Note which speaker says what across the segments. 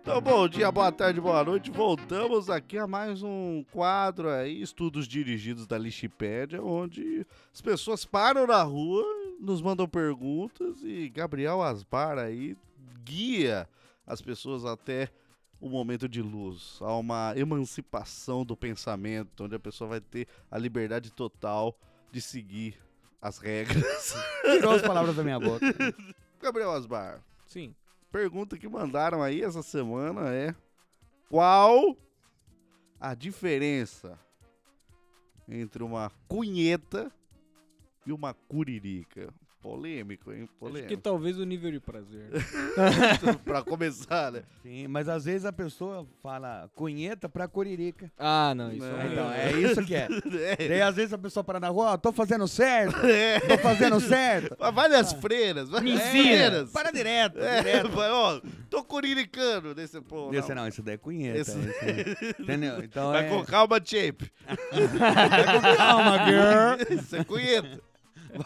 Speaker 1: Então, bom dia, boa tarde, boa noite. Voltamos aqui a mais um quadro aí, estudos dirigidos da Lixipédia, onde as pessoas param na rua, nos mandam perguntas e Gabriel Asbar aí guia as pessoas até o momento de luz, a uma emancipação do pensamento, onde a pessoa vai ter a liberdade total de seguir as regras.
Speaker 2: Tirou as palavras da minha boca.
Speaker 1: Gabriel Asbar,
Speaker 3: Sim.
Speaker 1: pergunta que mandaram aí essa semana é: qual a diferença entre uma cunheta e uma curirica? Polêmico, hein?
Speaker 3: Acho que
Speaker 1: Polêmico.
Speaker 3: talvez o nível de prazer.
Speaker 1: pra começar, né?
Speaker 2: Sim, mas às vezes a pessoa fala cunheta pra coririca.
Speaker 3: Ah, não, isso
Speaker 1: Não.
Speaker 3: é
Speaker 2: Então, é isso que é.
Speaker 1: É.
Speaker 2: Daí às vezes a pessoa para na rua, ó, tô fazendo certo,
Speaker 1: É.
Speaker 2: tô fazendo certo.
Speaker 1: Mas É, Vai nas freiras, vai nas
Speaker 3: ensina.
Speaker 1: freiras.
Speaker 2: Ah, Para direto,
Speaker 1: É,
Speaker 2: direto.
Speaker 1: vai, ó, tô curiricando nesse pô.
Speaker 2: Esse
Speaker 1: não.
Speaker 2: não, isso daí é cunheta.
Speaker 1: Esse-
Speaker 2: esse- Entendeu? Então
Speaker 1: Vai
Speaker 2: é...
Speaker 1: com calma, Chape.
Speaker 2: Vai com calma, girl.
Speaker 1: Isso é cunheta.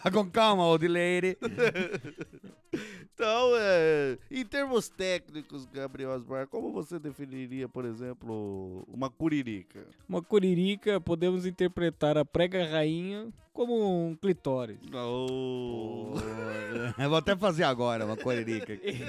Speaker 2: Vai com calma, old lady.
Speaker 1: Então, é, em termos técnicos, Gabriel Asmar, como você definiria, por exemplo, uma curirica?
Speaker 3: Uma curirica, podemos interpretar a prega rainha como um clitóris.
Speaker 2: Oh.
Speaker 1: Não.
Speaker 2: Eu vou até fazer agora uma coririca. aqui.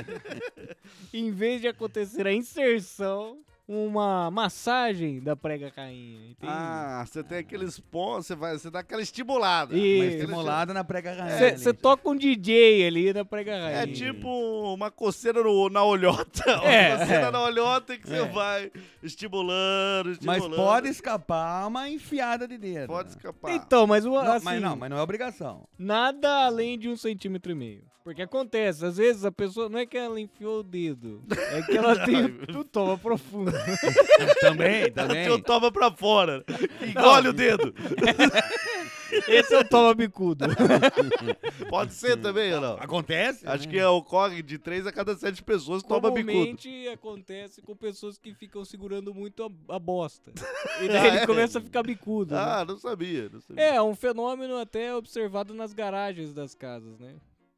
Speaker 3: Em vez de acontecer a inserção, uma massagem da prega rainha. Entende?
Speaker 1: Ah, você tem aqueles pontos, você, vai, você dá aquela estimulada.
Speaker 3: Isso.
Speaker 1: Mas aquela
Speaker 2: Estimulada na prega rainha.
Speaker 3: Você
Speaker 1: tá
Speaker 3: toca um DJ ali na prega rainha.
Speaker 1: É tipo uma coceira no- na olhota.
Speaker 3: É,
Speaker 1: uma coceira
Speaker 3: é.
Speaker 1: na olhota que você
Speaker 2: É.
Speaker 1: vai estimulando,
Speaker 2: Mas
Speaker 1: estimulando.
Speaker 2: pode escapar uma enfiada de dedo.
Speaker 1: Pode
Speaker 2: né?
Speaker 1: escapar.
Speaker 3: Então, mas o
Speaker 2: Não,
Speaker 3: assim,
Speaker 2: mas não, mas não é obrigação.
Speaker 3: nada além de um centímetro e meio. Porque acontece, às vezes a pessoa não é que ela enfiou o dedo, é que ela tem o toma profundo.
Speaker 2: também, também.
Speaker 1: Que eu toma pra fora. Engole o dedo.
Speaker 3: Esse é o toma bicudo.
Speaker 1: Pode ser também ou não?
Speaker 2: Acontece?
Speaker 1: Acho que é o COG de 3 a cada 7 pessoas toma bicudo.
Speaker 3: Comumente acontece com pessoas que ficam segurando muito a, a bosta. E daí ele
Speaker 1: Ah, é?
Speaker 3: começa a ficar bicudo. né?
Speaker 1: Ah, não sabia, não sabia.
Speaker 3: É, é um fenômeno até observado nas garagens das casas, né?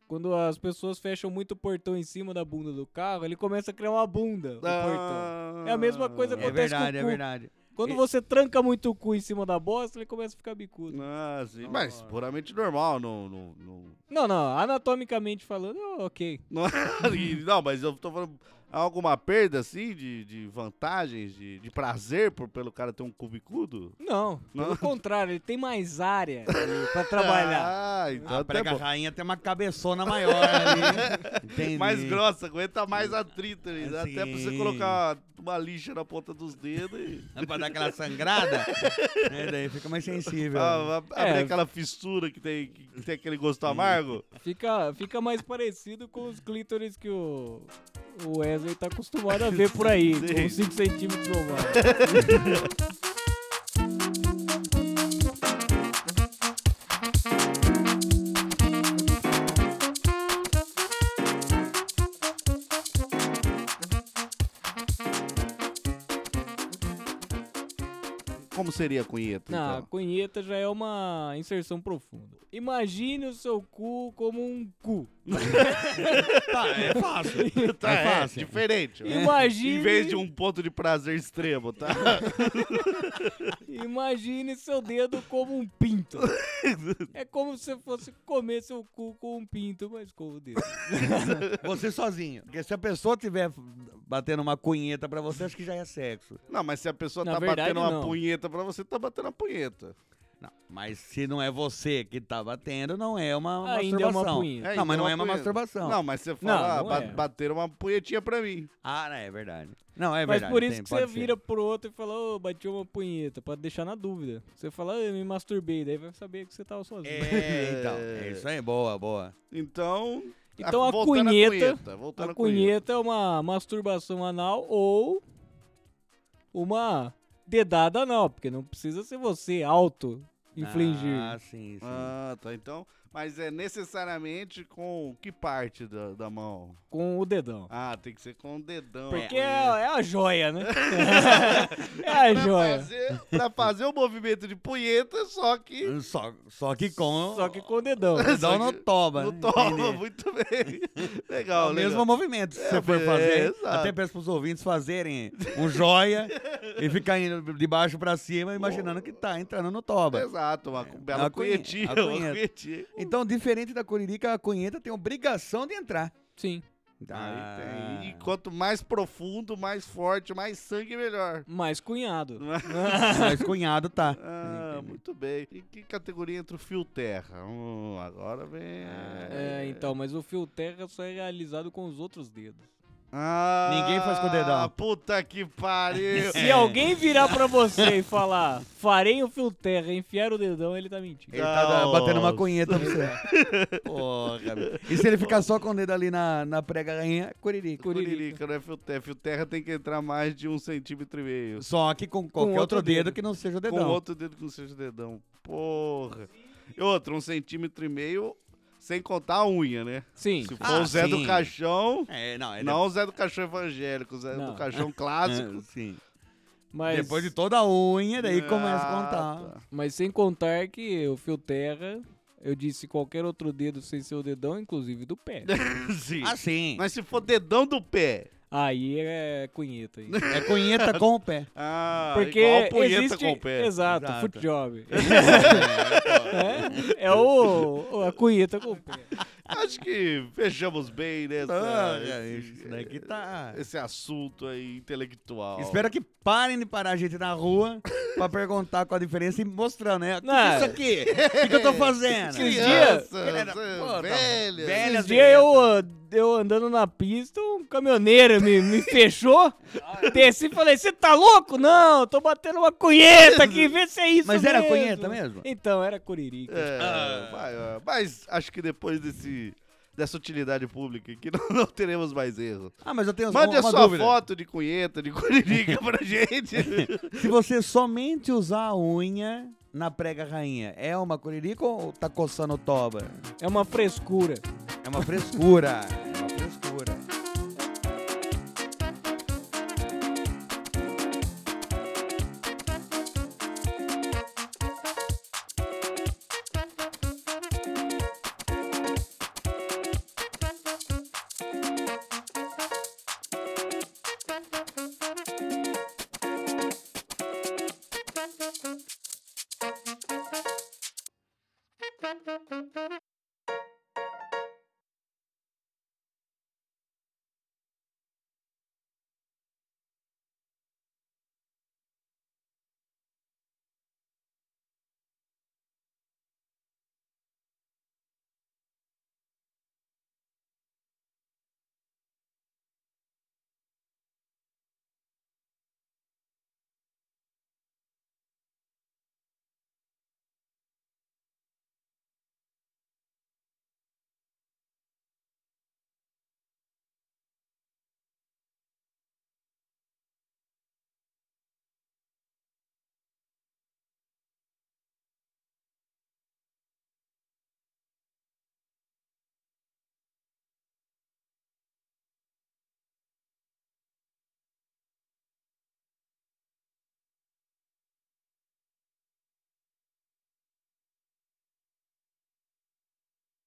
Speaker 3: Quando as pessoas fecham muito o portão em cima da bunda do carro, ele começa a criar uma bunda, o
Speaker 1: Ah,
Speaker 3: portão. É a mesma coisa
Speaker 2: É
Speaker 3: acontece
Speaker 2: verdade, é
Speaker 3: com o cu.
Speaker 2: verdade.
Speaker 3: Quando
Speaker 2: E-
Speaker 3: você tranca muito o cu em cima da bosta, ele começa a ficar bicudo.
Speaker 1: Ah, sim. Mas puramente normal, não. Não, não...
Speaker 3: Não, não, anatomicamente falando, é ok.
Speaker 1: não- e- não, mas eu tô falando. Há alguma perda, assim, de, de vantagens, de, de prazer por, pelo cara ter um cubicudo?
Speaker 3: Não,
Speaker 1: Não.
Speaker 3: pelo contrário, ele tem mais área ali pra trabalhar.
Speaker 1: Ah, então
Speaker 2: A
Speaker 1: até
Speaker 2: prega
Speaker 1: bom.
Speaker 2: rainha tem uma cabeçona maior ali. Entendi.
Speaker 1: Mais grossa, aguenta mais atrito. Né?
Speaker 2: Assim.
Speaker 1: Até pra você colocar uma lixa na ponta dos dedos e
Speaker 2: Pra dar aquela sangrada, né, daí fica mais sensível.
Speaker 1: Ah, ab- abrir
Speaker 3: É.
Speaker 1: aquela fissura que tem, que tem aquele gosto amargo.
Speaker 3: Fica, fica mais parecido com os clítoris que o, o Wesley tá acostumado a ver por aí,
Speaker 1: Sim.
Speaker 3: com 5 centímetros ou mais.
Speaker 1: Como seria a cunheta?
Speaker 3: Não, a
Speaker 1: então?
Speaker 3: cunheta já é uma inserção profunda. Imagine o seu cu como um cu.
Speaker 2: Tá, é fácil.
Speaker 1: Tá,
Speaker 2: é
Speaker 1: é,
Speaker 2: fácil.
Speaker 1: diferente. né?
Speaker 3: Imagine,
Speaker 1: Em vez de um ponto de prazer extremo, tá?
Speaker 3: imagine seu dedo como um pinto. é como se você fosse comer seu cu com um pinto, mas com o dedo.
Speaker 2: Você sozinho. Porque se a pessoa tiver batendo uma cunheta pra você, acho que já é sexo.
Speaker 1: Não, mas se a pessoa
Speaker 3: Na
Speaker 1: tá
Speaker 3: verdade,
Speaker 1: batendo uma
Speaker 3: não.
Speaker 1: punheta pra você, tá batendo uma punheta.
Speaker 2: Não, mas se não é você que tá batendo, não é uma
Speaker 3: Ainda é uma
Speaker 2: masturbação.
Speaker 3: punheta.
Speaker 2: não, mas
Speaker 1: então
Speaker 2: não é uma
Speaker 1: punheta.
Speaker 2: masturbação.
Speaker 1: Não, mas você fala,
Speaker 3: Não, não
Speaker 1: ah,
Speaker 3: é.
Speaker 1: ba- bateram uma punhetinha pra mim.
Speaker 2: Ah, não, é verdade. Não, é
Speaker 3: mas
Speaker 2: verdade.
Speaker 3: por isso
Speaker 2: tem-
Speaker 3: que
Speaker 2: pode
Speaker 3: você
Speaker 2: ser.
Speaker 3: vira pro outro e fala, ô, bati uma punheta, pra deixar na dúvida. Você fala, "Ah, eu me masturbei, daí vai saber que você tava
Speaker 2: É,
Speaker 3: sozinho.
Speaker 2: então. É isso aí, boa, boa.
Speaker 1: Então.
Speaker 3: Então a
Speaker 1: voltando à
Speaker 3: cunheta-
Speaker 1: voltando
Speaker 3: A
Speaker 1: à cunheta.
Speaker 3: cunheta é uma masturbação anal ou uma dedada anal, porque não precisa ser você auto infligir.
Speaker 2: Ah, sim, sim.
Speaker 1: Ah, tá. Então. Mas é necessariamente com que parte da, da mão?
Speaker 3: com o dedão.
Speaker 1: Ah, tem que ser com o dedão.
Speaker 3: Porque é, é a joia, né? é a Tá,
Speaker 1: pra
Speaker 3: joia.
Speaker 1: fazer, pra fazer o movimento de punheta, só que
Speaker 2: Hum, Só, só que
Speaker 1: um
Speaker 2: com.
Speaker 3: Só que com o dedão.
Speaker 2: Dá no toba.
Speaker 1: não
Speaker 2: né?
Speaker 1: toma.
Speaker 2: Entendi.
Speaker 1: Muito bem.
Speaker 2: É
Speaker 1: Legal, legal.
Speaker 2: o mesmo movimento se você for
Speaker 1: é,
Speaker 2: fazer.
Speaker 1: exato.
Speaker 2: até peço pros ouvintes fazerem um joia e ficar indo de baixo pra cima, imaginando que tá entrando no toba.
Speaker 1: Exato, uma bela
Speaker 2: a cunhe-
Speaker 1: punhetinha.
Speaker 2: a
Speaker 1: uma
Speaker 2: cunheta.
Speaker 1: punhetinha.
Speaker 2: Então, diferente da Curirica, a Cunheta tem obrigação de entrar.
Speaker 3: Sim.
Speaker 1: Aí tem. E
Speaker 2: Ah,
Speaker 1: quanto mais profundo, mais forte, mais sangue, melhor.
Speaker 3: Mais cunhado.
Speaker 1: é?
Speaker 2: Mas cunhado tá.
Speaker 1: Ah,
Speaker 2: Entendi.
Speaker 1: muito bem. Em que categoria entra o fio terra? Hum, agora vem.
Speaker 2: Ah,
Speaker 3: É, então, mas o fio terra só é realizado com os outros dedos.
Speaker 1: Ah,
Speaker 2: Ninguém faz com o dedão. É.
Speaker 1: Puta que pariu.
Speaker 3: Se alguém virar pra você e falar, farei o fio terra, e enfiar o dedão, ele tá mentindo.
Speaker 2: Ele tá da- batendo uma
Speaker 1: Nossa.
Speaker 2: cunheta pra você. Porra, meu. E se ele ficar só com o dedo ali na, na pré-garanha, Curirica.
Speaker 3: Curirica.
Speaker 1: Curirica, não é fio terra. Fio terra tem que entrar mais de um centímetro e meio.
Speaker 2: Só que com qualquer
Speaker 3: outro
Speaker 2: outro dedo,
Speaker 3: dedo.
Speaker 2: que não seja o
Speaker 1: Com
Speaker 2: dedão.
Speaker 1: outro dedo que não seja o dedão. Porra. E outro, um centímetro e meio, sem contar a unha, né?
Speaker 3: Sim.
Speaker 1: Se for
Speaker 2: Ah,
Speaker 1: o Zé do
Speaker 2: sim.
Speaker 1: Caixão,
Speaker 2: É, não, é
Speaker 1: não o Zé do Caixão evangélico, o Zé
Speaker 3: Não.
Speaker 1: do Caixão
Speaker 2: depois,
Speaker 1: clássico.
Speaker 2: sim.
Speaker 3: Mas,
Speaker 2: Depois de toda a unha, daí começa a
Speaker 1: Ah,
Speaker 2: contar.
Speaker 1: tá.
Speaker 3: mas sem contar que o fio terra, eu disse qualquer outro dedo sem ser o dedão, inclusive do pé.
Speaker 1: Sim.
Speaker 2: Ah, sim.
Speaker 1: Mas se for dedão do pé.
Speaker 3: Aí é cunheta. Aí.
Speaker 2: É cunheta com o pé.
Speaker 1: Ah,
Speaker 3: Porque
Speaker 1: igual punheta
Speaker 3: existe...
Speaker 1: com o pé.
Speaker 3: Exato,
Speaker 2: Exato.
Speaker 3: foot job. é, é o, o- a cunheta com o pé.
Speaker 1: Acho que fechamos bem nessa,
Speaker 2: Olha,
Speaker 1: esse,
Speaker 2: Ah, é isso daqui tá.
Speaker 1: esse assunto aí intelectual.
Speaker 2: Espero que parem de parar a gente na rua pra perguntar qual a diferença e mostrando, né? O que, que é
Speaker 3: Não.
Speaker 2: isso aqui? O que, que eu tô fazendo?
Speaker 3: Esses
Speaker 1: Crianças,
Speaker 2: dias-
Speaker 1: velhas.
Speaker 2: Velha
Speaker 3: Esses
Speaker 2: direita.
Speaker 3: dias eu, ah, eu andando na pista, um caminhoneiro me, me fechou. Desci e falei: Você tá louco? Não, eu tô batendo uma cunheta aqui, vê se é isso.
Speaker 2: Mas era
Speaker 3: mesmo."
Speaker 2: cunheta mesmo?
Speaker 3: Então, era curirica.
Speaker 1: É, vai, ó. mas acho que depois desse, dessa utilidade pública aqui, não, não teremos mais erro.
Speaker 2: Ah, mas eu tenho
Speaker 1: Mande
Speaker 2: uma,
Speaker 1: a
Speaker 2: uma
Speaker 1: sua
Speaker 2: dúvida.
Speaker 1: foto de cunheta, de curirica pra gente.
Speaker 2: Se você somente usar a unha na prega rainha, é uma curirica ou tá coçando o toba?
Speaker 3: É uma frescura.
Speaker 2: É uma frescura. é uma frescura.